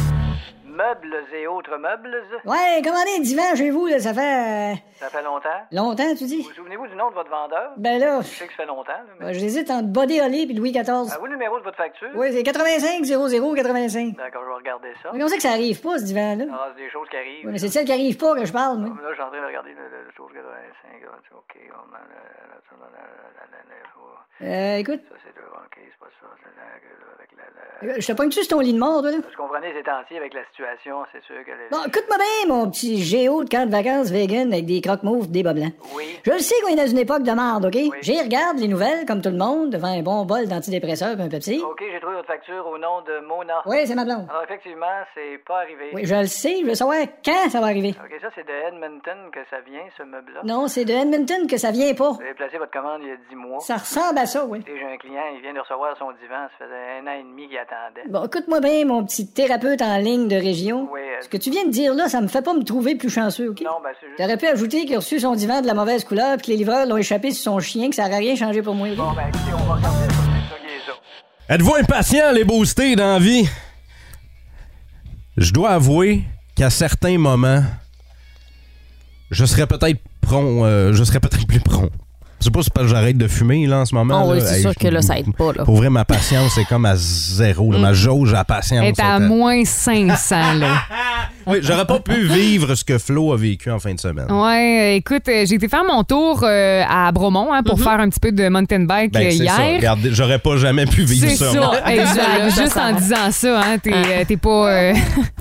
Speaker 10: Meubles et autres meubles,
Speaker 6: Ouais, commandez un divan chez vous, là, ça fait. euh,
Speaker 10: ça fait longtemps.
Speaker 6: longtemps, tu dis?
Speaker 10: Vous souvenez-vous du nom de votre vendeur?
Speaker 6: Ben là,
Speaker 10: Je sais que ça fait longtemps. là, mais-
Speaker 6: euh, j'hésite entre Body Holly et Louis XIV.
Speaker 10: Ah, vous le numéro de votre facture?
Speaker 6: Oui, c'est 85 00 85.
Speaker 10: D'accord, je vais regarder ça.
Speaker 6: Mais comment ça que ça arrive pas, ce divan-là?
Speaker 10: Ah, c'est des choses qui arrivent.
Speaker 6: Ouais, mais c'est de celle qui arrive pas que je parle, moi.
Speaker 10: Là, je suis en train de regarder le, le, le chose 85. là, tu- OK, on a le- le- le- le- le- le- le-
Speaker 6: Euh, écoute,
Speaker 10: Ça, c'est deux. OK, c'est pas ça. c'est la- que- avec la- la-
Speaker 6: euh, je te pogne-tu sur ton lit de mort, toi, là?
Speaker 10: Je comprenais ces temps-ci avec la situation, c'est sûr que... les-
Speaker 6: Bon, écoute-moi bien, mon petit géo de camp de vacances vegan avec des croque mouves des bas blancs.
Speaker 10: Oui.
Speaker 6: Je le sais qu'on est dans une époque de marde, OK? J'y regarde les nouvelles, comme tout le monde, devant un bon bol d'antidépresseurs et un Pepsi.
Speaker 10: OK, Ah, j'ai trouvé votre facture au nom de Mona.
Speaker 6: Oui, c'est ma blonde.
Speaker 10: Alors, effectivement, c'est pas arrivé.
Speaker 6: Oui, je le sais, je veux savoir quand ça va arriver.
Speaker 10: OK, ça, c'est de Edmonton que Ah, ça vient, ce meuble-là.
Speaker 6: Non, c'est de Edmonton que ça vient pas.
Speaker 10: Vous avez placé votre commande il y a 10 mois.
Speaker 6: Ça ressemble à ça, oui.
Speaker 10: Écoutez, J'ai un client, il vient de recevoir son divan, ça faisait un an et demi qu'il attendait.
Speaker 6: Bon, écoute-moi bien, mon petit thérapeute en ligne de région.
Speaker 10: Oui, euh,
Speaker 6: Ce que tu viens de dire là, ça me fait pas me trouver plus chanceux, OK?
Speaker 10: Non, ben c'est juste...
Speaker 6: T'aurais pu ajouter qu'il a reçu son divan de la mauvaise couleur puis que les livreurs l'ont échappé sur son chien, que ça aurait rien changé pour moi. OK?
Speaker 10: Bon, ben écoutez, on va regarder ça, c'est ça qui est ça.
Speaker 2: Êtes-vous impatient, les boostés, dans la vie? Je dois avouer qu'à certains moments, je serais peut-être prompt, euh, je serais peut-être plus prompt. Je sais pas si c'est parce que j'arrête de fumer là, en ce moment.
Speaker 4: Ah oui,
Speaker 2: là.
Speaker 4: c'est
Speaker 2: Hey,
Speaker 4: sûr
Speaker 2: je-
Speaker 4: que là, ça aide pas, là. Mm.
Speaker 2: Pour vrai, ma patience est comme à zéro. là. Ma jauge à patience.
Speaker 3: Elle est à
Speaker 2: est à-
Speaker 3: moins
Speaker 2: [laughs]
Speaker 3: 500, là.
Speaker 2: Oui, j'aurais pas pu vivre ce que Flo a vécu en fin de semaine.
Speaker 4: Oh,
Speaker 3: Ouais, euh, écoute, euh, j'ai été faire mon tour euh, à Bromont hein, pour faire un petit peu de mountain bike
Speaker 2: Ben,
Speaker 3: euh,
Speaker 2: c'est
Speaker 3: hier.
Speaker 2: ça. Regardez, j'aurais pas jamais pu vivre
Speaker 3: C'est
Speaker 2: ça.
Speaker 3: ça,
Speaker 2: moi. [laughs]
Speaker 3: exact.
Speaker 4: Ça
Speaker 3: Juste
Speaker 4: s'en
Speaker 3: en
Speaker 4: va.
Speaker 3: disant ça, hein, t'es euh, t'es pas. euh,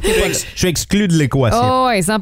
Speaker 2: Je suis ex- je suis exclu de l'équation.
Speaker 3: Oh, ouais, 100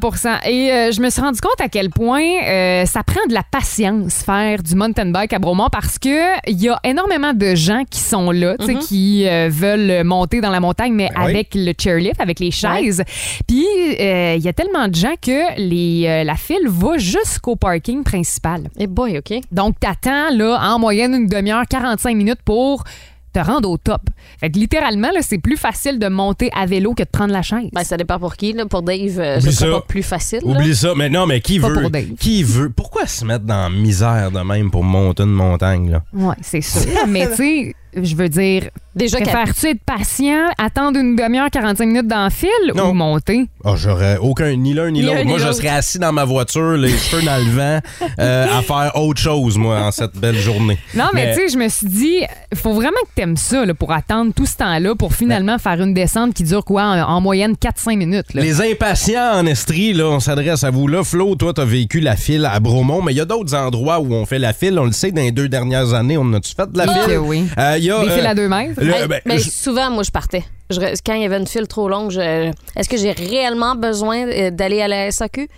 Speaker 3: Et euh, je me suis rendu compte à quel point euh, ça prend de la patience faire du mountain bike à Bromont parce que il y a énormément de gens qui sont là, tu sais, qui euh, veulent monter dans la montagne, mais
Speaker 2: Mm-hmm. Ben oui.
Speaker 3: avec le chairlift, avec les chaises. Puis euh, il y a tellement de gens que les, euh, la file va jusqu'au parking principal.
Speaker 4: Eh boy, OK.
Speaker 3: Donc, t'attends là, en moyenne une demi-heure, 45 minutes pour te rendre au top. Fait que littéralement, là, c'est plus facile de monter à vélo que de prendre la chaise.
Speaker 4: Ben, ça dépend pour qui. Là. Pour Dave, euh,
Speaker 2: Oublie
Speaker 4: ce serait
Speaker 2: ça.
Speaker 4: pas plus facile. là.
Speaker 2: Oublie ça. Mais non, mais qui
Speaker 3: Pas
Speaker 2: veut.
Speaker 3: pour Dave.
Speaker 2: Qui veut. Pourquoi se mettre dans la misère de même pour monter une montagne, là?
Speaker 3: Ouais, c'est sûr. Mais tu sais, je veux dire,
Speaker 4: Déjà, qu'à-
Speaker 3: préfères-tu être patient, attendre une demi-heure, 45 minutes dans le fil
Speaker 2: Non.
Speaker 3: ou monter?
Speaker 2: Ah, j'aurais aucun, ni l'un ni,
Speaker 4: Ni
Speaker 2: l'autre.
Speaker 4: un,
Speaker 2: Moi,
Speaker 4: ni
Speaker 2: je
Speaker 4: l'autre.
Speaker 2: serais assis dans ma voiture,
Speaker 3: [laughs]
Speaker 2: les cheveux dans le vent, euh, à faire autre chose, moi, en cette belle journée.
Speaker 3: Non, mais,
Speaker 2: Mais-
Speaker 3: tu sais, je me suis dit, faut vraiment que t'aimes ça là, pour attendre tout ce temps-là pour finalement faire une descente qui dure quoi, en, en moyenne 4-5 minutes. Là.
Speaker 2: Ben. Les impatients en Estrie, là, on s'adresse à vous. Là, Flo, toi, t'as vécu la file à Bromont, mais il y a d'autres endroits où on fait la file. On le sait, dans les deux dernières années, on a-tu fait de la
Speaker 3: Ah,
Speaker 2: file?
Speaker 3: oui.
Speaker 2: Euh, il y a,
Speaker 3: Des
Speaker 2: euh,
Speaker 3: fils à deux mètres.
Speaker 2: le-
Speaker 4: Hey,
Speaker 2: ben,
Speaker 4: ben,
Speaker 2: je-
Speaker 4: Souvent, moi, je partais. Je re- quand il y avait une file trop longue, je- est-ce que j'ai réellement besoin euh, d'aller à la SAQ?
Speaker 2: [laughs]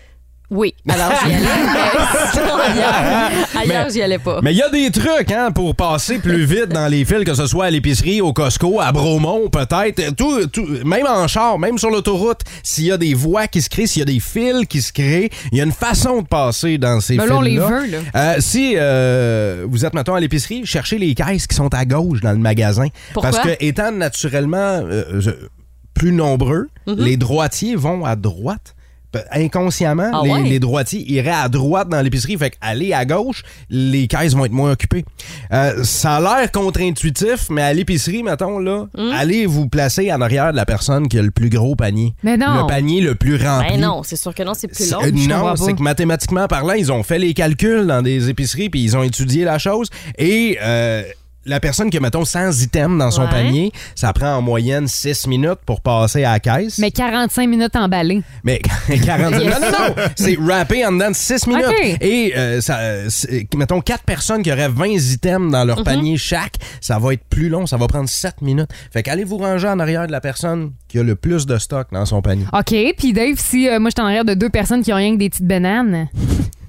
Speaker 4: Oui. Alors, j'y allais. mais sinon, ailleurs, ailleurs,
Speaker 2: Mais-
Speaker 4: j'y allais pas.
Speaker 2: Mais il y a des trucs hein, pour passer plus vite dans les files, que ce soit à l'épicerie, au Costco, à Bromont, peut-être. Tout, tout- même en char, même sur l'autoroute, s'il y a des voies qui se créent, s'il y a des fils qui se créent, il y a une façon de passer dans ces
Speaker 3: Mais
Speaker 2: files
Speaker 3: là, on les veut, là.
Speaker 2: Euh, si euh, vous êtes, mettons, à l'épicerie, cherchez les caisses qui sont à gauche dans le magasin.
Speaker 4: Pourquoi?
Speaker 2: Parce que, étant naturellement euh, je- plus nombreux,
Speaker 3: Mm-hmm.
Speaker 2: les droitiers vont à droite. Pe- Inconsciemment,
Speaker 4: Ah
Speaker 2: les,
Speaker 4: ouais?
Speaker 2: les droitiers iraient à droite dans l'épicerie. Fait qu'aller à gauche, les caisses vont être moins occupées. Euh, ça a l'air contre-intuitif, mais à l'épicerie, mettons, là, allez vous placer en arrière de la personne qui a le plus gros panier.
Speaker 3: Mais non.
Speaker 2: Le panier le plus rempli.
Speaker 4: Ben non, c'est sûr que non, c'est plus long.
Speaker 2: C'est- euh,
Speaker 3: je
Speaker 2: non,
Speaker 3: comprends
Speaker 2: c'est
Speaker 3: pas.
Speaker 2: que mathématiquement parlant, ils ont fait les calculs dans des épiceries puis ils ont étudié la chose et euh, la personne qui a, mettons, 100 items dans son
Speaker 4: Ouais.
Speaker 2: panier, ça prend en moyenne 6 minutes pour passer à la caisse.
Speaker 3: Mais 45 minutes emballées.
Speaker 2: Mais 40 Non, non, non! C'est rappé en dedans de 6 minutes.
Speaker 3: Ok.
Speaker 2: Et, euh, ça, euh, c'est- mettons, 4 personnes qui auraient 20 items dans leur panier chaque, ça va être plus long, ça va prendre 7 minutes. Fait qu'allez vous ranger en arrière de la personne qui a le plus de stock dans son panier.
Speaker 3: OK, puis Dave, si euh, moi je suis en arrière de deux personnes qui ont rien que des petites bananes.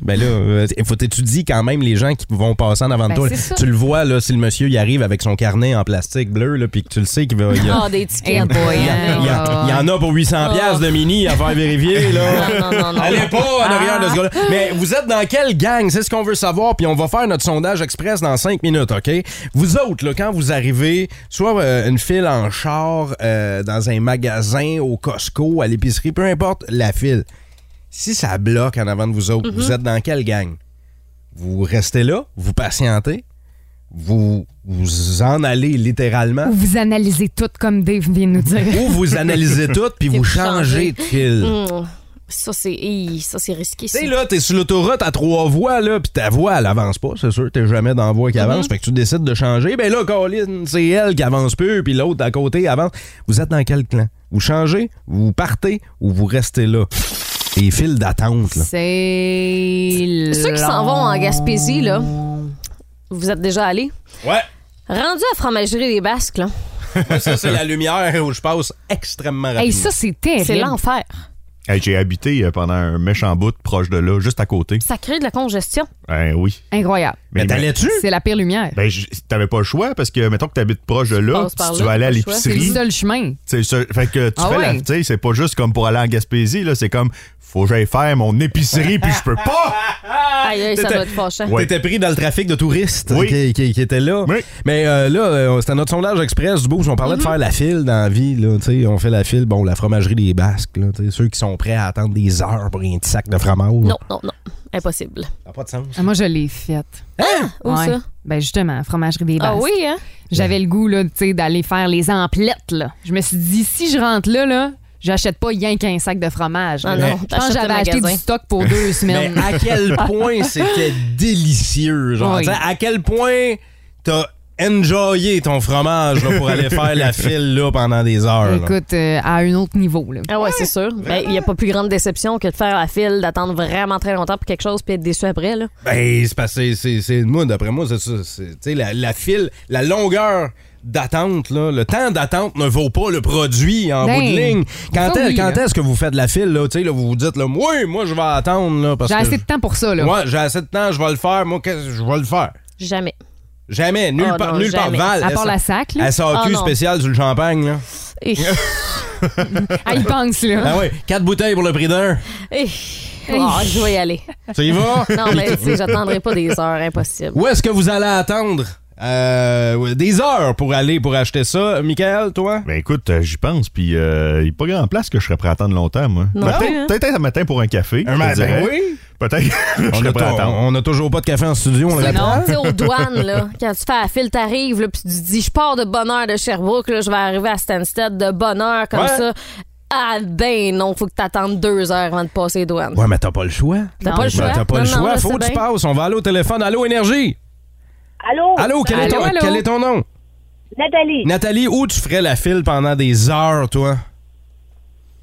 Speaker 2: Ben là, euh, il faut t'étudier quand même les gens qui vont passer en avant de
Speaker 3: Ben,
Speaker 2: toi.
Speaker 3: c'est ça.
Speaker 2: Tu le vois, là, si le monsieur il arrive avec son carnet en plastique bleu, là, puis que tu le sais qu'il va. il y a-
Speaker 4: Ah, des tickets. hein.
Speaker 2: Il y, a- il y a- il y en a pour 800 pièces de mini à faire vérifier là.
Speaker 4: Oh. [laughs] Non, non, Ah. non, non.
Speaker 2: Allez pas en arrière de ce gars-là. Mais vous êtes dans quelle gang C'est ce qu'on veut savoir puis on va faire notre sondage express dans 5 minutes, OK Vous autres là, quand vous arrivez, soit euh, une file en char euh, dans un magasin au Costco, à l'épicerie, peu importe la file. Si ça bloque en avant de vous autres,
Speaker 4: Mhm.
Speaker 2: vous êtes dans quelle gang Vous restez là, vous patientez, vous vous en allez littéralement
Speaker 3: Ou vous analysez tout comme Dave vient de
Speaker 2: [laughs]
Speaker 3: nous dire.
Speaker 2: ou vous analysez tout
Speaker 3: [laughs]
Speaker 2: puis vous changez de
Speaker 3: Mm.
Speaker 2: fil.
Speaker 4: Hum, Ça, c'est hi, ça, c'est risqué.
Speaker 2: Tu
Speaker 4: ça.
Speaker 2: sais, là, t'es sur l'autoroute à trois voies, là, puis ta voie, elle avance pas, c'est sûr, t'es jamais dans la voie qui
Speaker 3: Mm-hmm.
Speaker 2: avance, fait que tu décides de changer. Ben là, Colin, c'est elle qui avance plus, puis l'autre à côté avance. Vous êtes dans quel clan? Vous changez, vous partez ou vous restez là? Les files d'attente, là.
Speaker 3: C'est.
Speaker 4: Ceux qui s'en vont en Gaspésie, là, vous êtes déjà allés?
Speaker 2: Ouais.
Speaker 4: Rendu à Fromagerie des Basques, là,
Speaker 2: ça, c'est la lumière où je passe extrêmement rapidement.
Speaker 3: Hey, ça, c'est terrible.
Speaker 4: c'est l'enfer.
Speaker 5: Hey, J'ai habité euh, pendant un méchant bout proche de là, juste à côté.
Speaker 4: Ça crée de la congestion.
Speaker 5: Ben oui.
Speaker 3: Incroyable.
Speaker 2: Mais t'allais-tu?
Speaker 3: C'est la pire lumière.
Speaker 5: Ben, je- t'avais pas le choix parce que, mettons que t'habites proche de là,
Speaker 4: passes par
Speaker 5: si
Speaker 4: là,
Speaker 5: tu vas aller à
Speaker 4: pas le choix.
Speaker 3: C'est le
Speaker 5: l'épicerie.
Speaker 3: seul chemin.
Speaker 5: C'est ça. Fait que tu
Speaker 3: Ah
Speaker 5: fais la.
Speaker 3: ouais.
Speaker 5: Tu sais, c'est pas juste comme pour aller en Gaspésie, là. C'est comme, faut que j'aille faire mon épicerie, puis je peux pas!
Speaker 4: Aïe, aïe, ça
Speaker 2: T'étais-
Speaker 4: doit être fâchant.
Speaker 5: Ouais.
Speaker 2: T'étais pris dans le trafic de touristes
Speaker 5: Oui.
Speaker 2: qui, qui- qui étaient là.
Speaker 5: Oui.
Speaker 2: Mais euh, là, euh, c'était notre sondage express du boost. On parlait de faire la file dans la vie. Là, tu sais, on fait la file, bon, la fromagerie des Basques. Là, tu sais, ceux qui sont prêts à attendre des heures pour un petit sac de fromage.
Speaker 4: Non, non, non. Impossible.
Speaker 2: Ça n'a pas de sens.
Speaker 3: Ah, Moi, je l'ai faite.
Speaker 4: Où
Speaker 3: Ouais.
Speaker 4: ça?
Speaker 3: Ben justement, fromagerie des
Speaker 4: Ah
Speaker 3: Basques.
Speaker 4: oui, hein?
Speaker 3: J'avais le goût là, tu sais, d'aller faire les emplettes là. Je me suis dit si je rentre là là, j'achète pas rien qu'un sac de fromage.
Speaker 4: Ah
Speaker 3: là.
Speaker 4: non,
Speaker 3: je pense
Speaker 4: t'achètes
Speaker 3: que j'avais
Speaker 4: le
Speaker 3: acheté
Speaker 4: magasin.
Speaker 3: du stock pour deux
Speaker 2: Mais
Speaker 3: semaines.
Speaker 2: à quel point c'était délicieux. Genre,
Speaker 3: Oui.
Speaker 2: tu sais, à quel point t'as enjoyé ton fromage là, pour aller faire la file là, pendant des heures. là.
Speaker 3: Écoute, euh, à un autre niveau là.
Speaker 4: Ah ouais, c'est sûr. Il n'y a pas plus grande déception que de faire la file, d'attendre vraiment très longtemps pour quelque chose puis être déçu après. Là.
Speaker 2: Ben, c'est parce que c'est- c'est. Moi, d'après moi, c'est ça. c'est- Tu sais, la, la file, la longueur d'attente, là, le temps d'attente ne vaut pas le produit en
Speaker 3: Ben,
Speaker 2: bout de ligne. Quand,
Speaker 3: ça,
Speaker 2: est,
Speaker 3: oui, hein.
Speaker 2: quand
Speaker 3: là.
Speaker 2: est-ce que vous faites la file, là, tu sais, là, vous vous dites, là, oui, moi, je vais attendre, là, parce
Speaker 3: J'ai
Speaker 2: que.
Speaker 3: assez de temps pour ça là.
Speaker 2: Moi, j'ai assez de temps, je vais le faire, moi, qu'est-ce que je vais le faire.
Speaker 4: Jamais.
Speaker 2: Jamais, nulle
Speaker 4: Ah,
Speaker 2: part,
Speaker 4: non,
Speaker 2: nulle part.
Speaker 4: jamais.
Speaker 2: Val,
Speaker 3: à part
Speaker 2: S-
Speaker 3: la sac là. Hein?
Speaker 4: Ah,
Speaker 2: SAQ
Speaker 4: non.
Speaker 2: spécial sur le champagne, là. [laughs]
Speaker 4: Eh,
Speaker 3: Ah, il pense là.
Speaker 2: Ah oui, quatre bouteilles pour le prix d'un.
Speaker 4: eh. Ah, je vais y aller.
Speaker 2: Tu y
Speaker 3: [laughs]
Speaker 2: vas?
Speaker 4: Non, mais tu sais, j'attendrai pas des heures, impossible.
Speaker 2: Où est-ce que vous allez attendre? euh, des heures pour aller pour acheter ça. Michael, toi?
Speaker 5: Ben écoute, euh, j'y pense, puis euh, il n'y a pas grand place que je serais prêt à attendre longtemps, moi.
Speaker 4: Non.
Speaker 5: Ben,
Speaker 4: Hein?
Speaker 5: Peut-être peut-être un matin pour un café. je
Speaker 2: Un
Speaker 5: te
Speaker 2: matin,
Speaker 5: dirais.
Speaker 2: oui.
Speaker 5: Peut-être que je
Speaker 2: On
Speaker 5: serais
Speaker 2: a,
Speaker 5: prêt à
Speaker 2: tou-
Speaker 5: attendre.
Speaker 2: on a toujours pas de café en studio, on l'a
Speaker 4: Non, tu sais, aux douanes, là, quand tu fais la file, t'arrives, là, puis tu te dis, je pars de bonne heure de Sherbrooke, là, je vais arriver à Stansted de bonne heure, comme
Speaker 2: Ouais.
Speaker 4: ça. Ah ben non, faut que t'attendes deux heures avant de passer les douanes.
Speaker 2: Ouais, mais t'as pas le choix.
Speaker 4: T'as
Speaker 3: Non,
Speaker 4: pas le
Speaker 3: ben,
Speaker 4: choix.
Speaker 2: Ben, t'as pas
Speaker 4: Non,
Speaker 2: le
Speaker 4: non,
Speaker 2: choix.
Speaker 4: je
Speaker 2: Faut
Speaker 4: sais
Speaker 2: que tu
Speaker 4: bien.
Speaker 2: passes. On va aller au téléphone. Allô, Énergie?
Speaker 11: Allô?
Speaker 2: Allô, quel, est, ton,
Speaker 3: Allô, allô?
Speaker 2: quel est ton nom?
Speaker 11: Nathalie?
Speaker 2: Nathalie, où tu ferais la file pendant des heures, toi?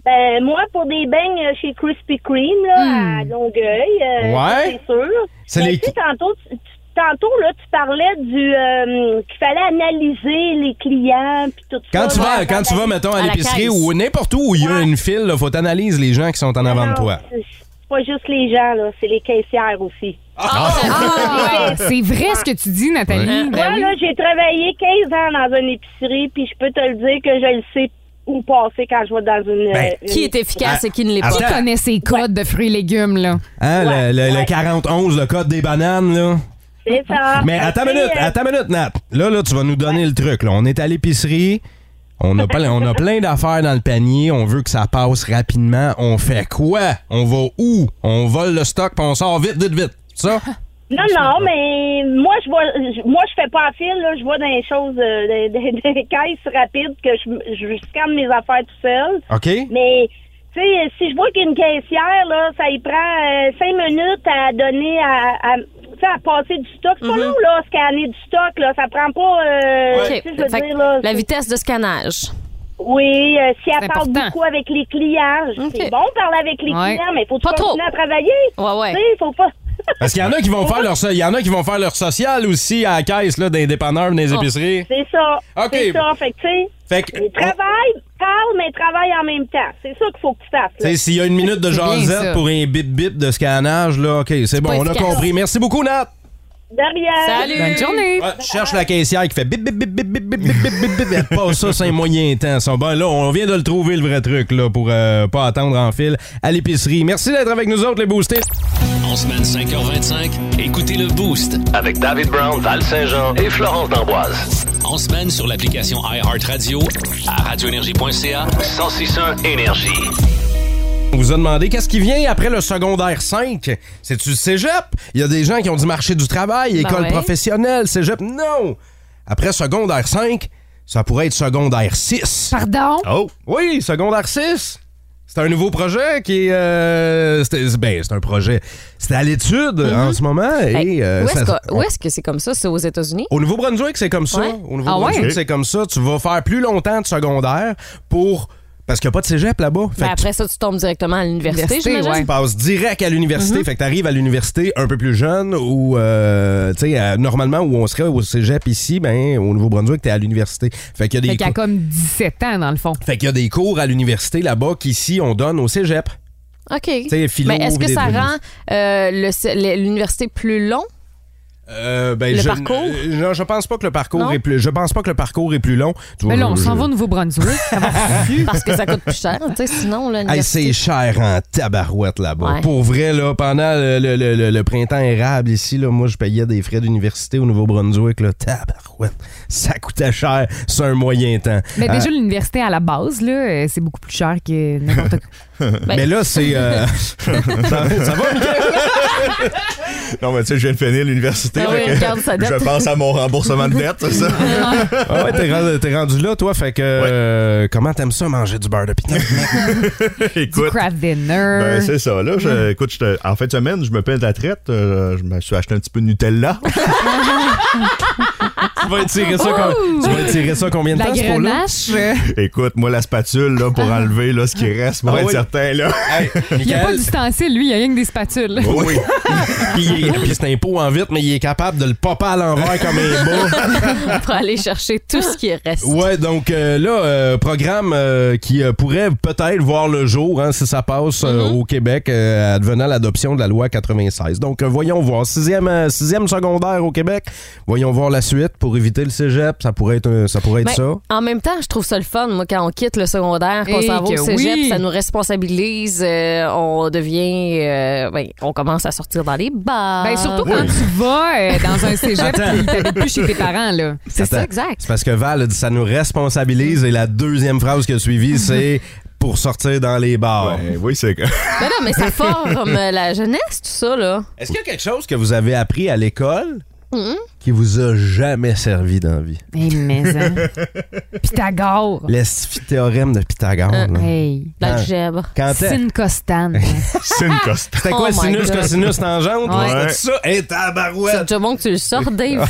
Speaker 11: Ben, moi, pour des beignes euh, chez Krispy Kreme, là, à
Speaker 4: Hmm.
Speaker 11: Longueuil, euh, ça,
Speaker 2: Ouais.
Speaker 11: c'est sûr.
Speaker 2: C'est
Speaker 11: Mais
Speaker 2: les-
Speaker 11: Ben, tu sais, tantôt, tu- tu- tantôt, là, tu parlais du... euh, qu'il fallait analyser les clients, puis tout ça. ben,
Speaker 2: Quand tu vas,
Speaker 11: là,
Speaker 2: quand tu vas, mettons, à
Speaker 4: à la
Speaker 2: l'épicerie
Speaker 4: caisse.
Speaker 2: ou n'importe où où il y a une file, là, faut t'analyser les gens qui sont en avant de toi.
Speaker 11: Non, C'est c'est pas juste les gens, là, c'est les caissières aussi.
Speaker 3: Ah, [laughs] ouais. C'est vrai ce que tu dis Nathalie. Ben
Speaker 11: moi,
Speaker 3: oui.
Speaker 11: là, j'ai travaillé 15 ans dans une épicerie, puis je peux te le dire que je le sais où passer quand je vais dans une...
Speaker 2: Ben,
Speaker 11: euh,
Speaker 4: Qui
Speaker 11: une-
Speaker 4: est efficace et qui ne l'est
Speaker 2: Ah,
Speaker 4: pas?
Speaker 3: Qui
Speaker 2: Attends.
Speaker 3: connaît ses codes de fruits et légumes là
Speaker 2: Hein,
Speaker 11: Ouais,
Speaker 2: le, le, le
Speaker 11: ouais.
Speaker 2: 40-11, le code des bananes, là.
Speaker 11: C'est ça.
Speaker 2: Mais attends une
Speaker 11: Puis,
Speaker 2: minute,
Speaker 11: euh,
Speaker 2: attends une minute, Nat. Là, là, tu vas nous donner le truc. Là. On est à l'épicerie. On a, plein, on a plein d'affaires dans le panier. On veut que ça passe rapidement. On fait quoi? On va où? On vole le stock puis on sort vite, vite, vite. Ça?
Speaker 11: Non, non, mais moi, je vois, je- moi, je fais pas en file, là. Je vois des choses, euh, des, [laughs] des- des caisses rapides que je, je scanne mes affaires tout seul.
Speaker 2: OK?
Speaker 11: Mais, tu sais, si je vois qu'une caissière, là, ça y prend euh, cinq minutes à donner à, à tu sais, à passer du stock. C'est pas long, là, scanner du stock, là. Ça prend pas, euh,
Speaker 4: Ok.
Speaker 11: tu sais, je veux
Speaker 4: Fait
Speaker 11: dire,
Speaker 4: que
Speaker 11: là.
Speaker 4: la vitesse de scannage.
Speaker 11: Oui, euh, si elle
Speaker 3: C'est
Speaker 11: parle
Speaker 3: important.
Speaker 11: beaucoup avec les clients. je-
Speaker 4: Ok.
Speaker 11: C'est bon de parler avec les
Speaker 3: Ouais.
Speaker 11: clients, mais faut
Speaker 4: Pas trop.
Speaker 11: continuer à travailler.
Speaker 4: Ouais, ouais.
Speaker 11: Tu sais, faut pas.
Speaker 2: Parce qu'il y en a qui vont faire leur so- il y en a qui vont faire leur social aussi à la caisse là des dépanneurs, des épiceries.
Speaker 11: Ah, C'est ça.
Speaker 2: OK.
Speaker 11: C'est ça. Fait que, tu sais,
Speaker 2: Fait que
Speaker 11: travaille, parle, mais travaille en même temps. C'est ça qu'il faut que tu fasses.
Speaker 2: Tu sais, s'il y a une minute de
Speaker 11: C'est bien ça.
Speaker 2: jasette pour un bip bip de scannage là, OK, c'est bon,
Speaker 11: pas
Speaker 2: on a
Speaker 11: efficace.
Speaker 2: compris. Merci beaucoup Nat.
Speaker 11: Derrière.
Speaker 2: Ouais, tu cherches la caissière qui fait bip bip bip bip bip bip bip bip bip bip. Elle te passe ça, c'est un moyen temps. Son bon, là, on vient de le trouver le vrai truc là pour euh, pas attendre en file à l'épicerie. Merci d'être avec nous autres les boostés.
Speaker 7: En semaine 5h25, écoutez le Boost.
Speaker 8: Avec David Brown, Val Saint-Jean et Florence D'Amboise.
Speaker 7: En semaine sur l'application iHeartRadio à radioénergie.ca.
Speaker 8: 1061 Énergie.
Speaker 2: On vous a demandé qu'est-ce qui vient après le secondaire 5? C'est-tu le cégep? Il y a des gens qui ont du marché du travail,
Speaker 12: Ben
Speaker 2: école
Speaker 12: ouais.
Speaker 2: professionnelle, cégep. Non! Après secondaire 5, ça pourrait être secondaire 6.
Speaker 3: Pardon?
Speaker 2: Oh! Oui, secondaire 6! C'est un nouveau projet qui est. euh, c'était- ben, c'est un projet. C'est à l'étude en ce moment.
Speaker 4: Hey,
Speaker 2: et, euh,
Speaker 4: Mm-hmm. Ben, où est-ce
Speaker 2: ça- Oh,
Speaker 4: que- où est-ce que c'est comme ça? C'est aux États-Unis?
Speaker 2: au Nouveau-Brunswick, c'est comme ça.
Speaker 4: Ouais.
Speaker 2: Au
Speaker 4: Ah
Speaker 2: Nouveau-Brunswick,
Speaker 4: ouais?
Speaker 2: c'est comme ça. Tu vas faire plus longtemps de secondaire pour. Parce qu'il n'y a pas de cégep là-bas. Fait
Speaker 4: Mais
Speaker 2: que tu
Speaker 4: Ben, après ça, tu tombes directement à l'université, j'imagine?
Speaker 2: tu passes direct à l'université.
Speaker 4: Mhm.
Speaker 2: Fait que t'arrives à l'université un peu plus jeune ou, euh, tu sais, à- normalement, où on serait au cégep ici, ben, au Nouveau-Brunswick, t'es à l'université. Fait qu'il y a des
Speaker 3: Fait qu'il y a
Speaker 2: cours-
Speaker 3: comme 17 ans, dans le fond.
Speaker 2: fait qu'il y a des cours à l'université là-bas qu'ici, on donne au cégep.
Speaker 4: OK.
Speaker 2: sais, philo,
Speaker 4: Mais est-ce que
Speaker 2: des
Speaker 4: ça
Speaker 2: trucs.
Speaker 4: rend euh, le c- le- l'université plus long?
Speaker 2: Euh, ben,
Speaker 4: Le
Speaker 2: je,
Speaker 4: parcours?
Speaker 2: euh, Non, je pense pas que le parcours
Speaker 4: Non?
Speaker 2: est plus. Je pense pas que le parcours est plus long. Tu vois,
Speaker 3: Mais là, on
Speaker 2: je-
Speaker 3: s'en va au Nouveau-Brunswick. Ça va
Speaker 2: [laughs]
Speaker 3: refuser.
Speaker 4: Parce que ça coûte plus cher, tu sais, sinon,
Speaker 2: Ah.
Speaker 4: là,
Speaker 2: Hey,
Speaker 4: l'université-
Speaker 2: c'est cher en tabarouette là-bas.
Speaker 4: Ouais.
Speaker 2: Pour vrai, là, pendant le, le- le- le- le printemps érable ici, là, moi, je payais des frais d'université au Nouveau-Brunswick. là. Tabarouette, ça coûtait cher sur un moyen temps.
Speaker 3: Mais ben,
Speaker 2: Euh,
Speaker 3: déjà, l'université à la base, là, euh, c'est beaucoup plus cher que n'importe quoi.
Speaker 2: Mais là, c'est...
Speaker 3: [laughs]
Speaker 2: euh, ça, ça va, Michael?
Speaker 5: Non, mais tu sais, je viens de finir l'université.
Speaker 2: Ah oui,
Speaker 5: fait que
Speaker 2: regarde sa dette.
Speaker 5: Je pense à mon remboursement de dette, c'est ça?
Speaker 2: Ah ouais, t'es rendu, t'es rendu là, toi. Fait que... euh, comment t'aimes ça, manger du beurre de pinot?
Speaker 5: Écoute.
Speaker 3: Craft dinner.
Speaker 5: Ben, c'est ça. Là, je- écoute, je te- en fin de semaine, je me peins de la traite. euh, je me suis acheté un petit peu de Nutella.
Speaker 2: [laughs] tu vas tirer ça, com-
Speaker 3: Ouh!
Speaker 2: tu vas tirer ça combien de
Speaker 3: La
Speaker 2: temps, ce pot-là?
Speaker 3: grenache. euh,
Speaker 5: Écoute, moi, la spatule, là, pour enlever là, ce qui reste, pour
Speaker 2: Ah
Speaker 5: être
Speaker 2: oui.
Speaker 5: certain, là.
Speaker 3: Il n'y a pas d'ustensile, lui, il y a rien que des spatules.
Speaker 2: Oh.
Speaker 5: Oui.
Speaker 2: Puis il est- puis c'est un pot en vitre, mais il est capable de le popper à l'envers comme
Speaker 4: [laughs]
Speaker 2: un bas.
Speaker 4: pour aller chercher tout ce qui reste.
Speaker 2: Ouais, donc euh, là, euh, programme euh, qui euh, pourrait peut-être voir le jour hein, si ça passe euh,
Speaker 4: Mm-hmm.
Speaker 2: au Québec euh, advenant l'adoption de la loi 96. Donc euh, voyons voir. Sixième, euh, sixième secondaire au Québec. Voyons voir la suite pour éviter le cégep. Ça pourrait être, un- ça pourrait être
Speaker 4: Ben,
Speaker 2: ça.
Speaker 4: En même temps, je trouve ça le fun, moi, quand on quitte le secondaire, qu'on
Speaker 3: Et
Speaker 4: s'en va au
Speaker 3: Eh que
Speaker 4: cégep,
Speaker 3: oui.
Speaker 4: ça nous responsabilise, euh, on devient... euh, ben, on commence à sortir dans les bars.
Speaker 3: Ben, surtout quand tu vas euh, dans un cégep
Speaker 2: Ah, Attends.
Speaker 3: et t'habites plus chez tes parents, là.
Speaker 4: C'est ça,
Speaker 2: Attends.
Speaker 4: exact.
Speaker 2: C'est parce que Val a dit ça nous responsabilise et la deuxième phrase qui a suivi,
Speaker 4: Mm-hmm.
Speaker 2: c'est pour sortir dans les bars.
Speaker 5: Ben, oui, c'est. [laughs]
Speaker 4: Ben non, mais ça forme euh, la jeunesse, tout ça, là.
Speaker 2: Est-ce qu'il y a quelque chose que vous avez appris à l'école
Speaker 4: Mhm.
Speaker 2: qui vous a jamais servi dans la vie?
Speaker 3: Hey, mais,
Speaker 2: [laughs]
Speaker 3: hein. Pythagore.
Speaker 2: Le théorème de Pythagore. là.
Speaker 3: Hey.
Speaker 4: L'algèbre.
Speaker 2: Quand est-
Speaker 3: Sin
Speaker 2: [laughs]
Speaker 3: costane.
Speaker 2: Oh. C'était quoi,
Speaker 4: Oh my
Speaker 2: sinus,
Speaker 4: God.
Speaker 2: cosinus, tangente?
Speaker 3: Ouais.
Speaker 2: C'était ça? Et
Speaker 4: C'est
Speaker 2: tabarouette!
Speaker 4: déjà bon que tu le sors, Dave.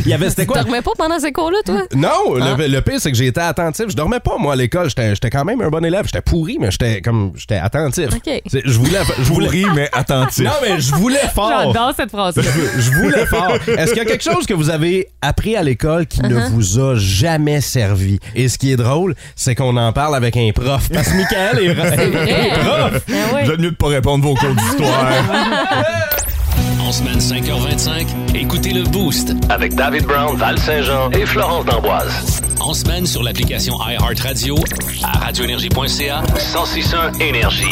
Speaker 2: [laughs] Il y avait, c'était
Speaker 4: tu
Speaker 2: quoi?
Speaker 4: dormais pas pendant ces cours-là, toi?
Speaker 2: Non, le- le, pire, c'est que j'étais attentif. Je dormais pas, moi, à l'école. J'étais j'étais quand même un bon élève. J'étais pourri, mais j'étais comme j'étais attentif.
Speaker 4: OK.
Speaker 2: C'est- Je voulais. Je voulais
Speaker 5: Pourri, mais attentif.
Speaker 2: non, mais je voulais fort.
Speaker 3: J'adore cette phrase-là.
Speaker 2: Je voulais fort. Est-ce qu'il y a quelque chose que vous avez appris à l'école qui ne vous a jamais servi? Et ce qui est drôle, c'est qu'on en parle avec un prof. Parce que Michael est, est
Speaker 4: Eh!
Speaker 2: prof.
Speaker 5: Vous êtes mieux de pas répondre vos cours d'histoire.
Speaker 7: En semaine 5h25, écoutez le Boost.
Speaker 8: Avec David Brown, Val Saint-Jean et Florence D'Amboise.
Speaker 7: En semaine sur l'application iHeartRadio à radioénergie.ca.
Speaker 8: 1061 Énergie.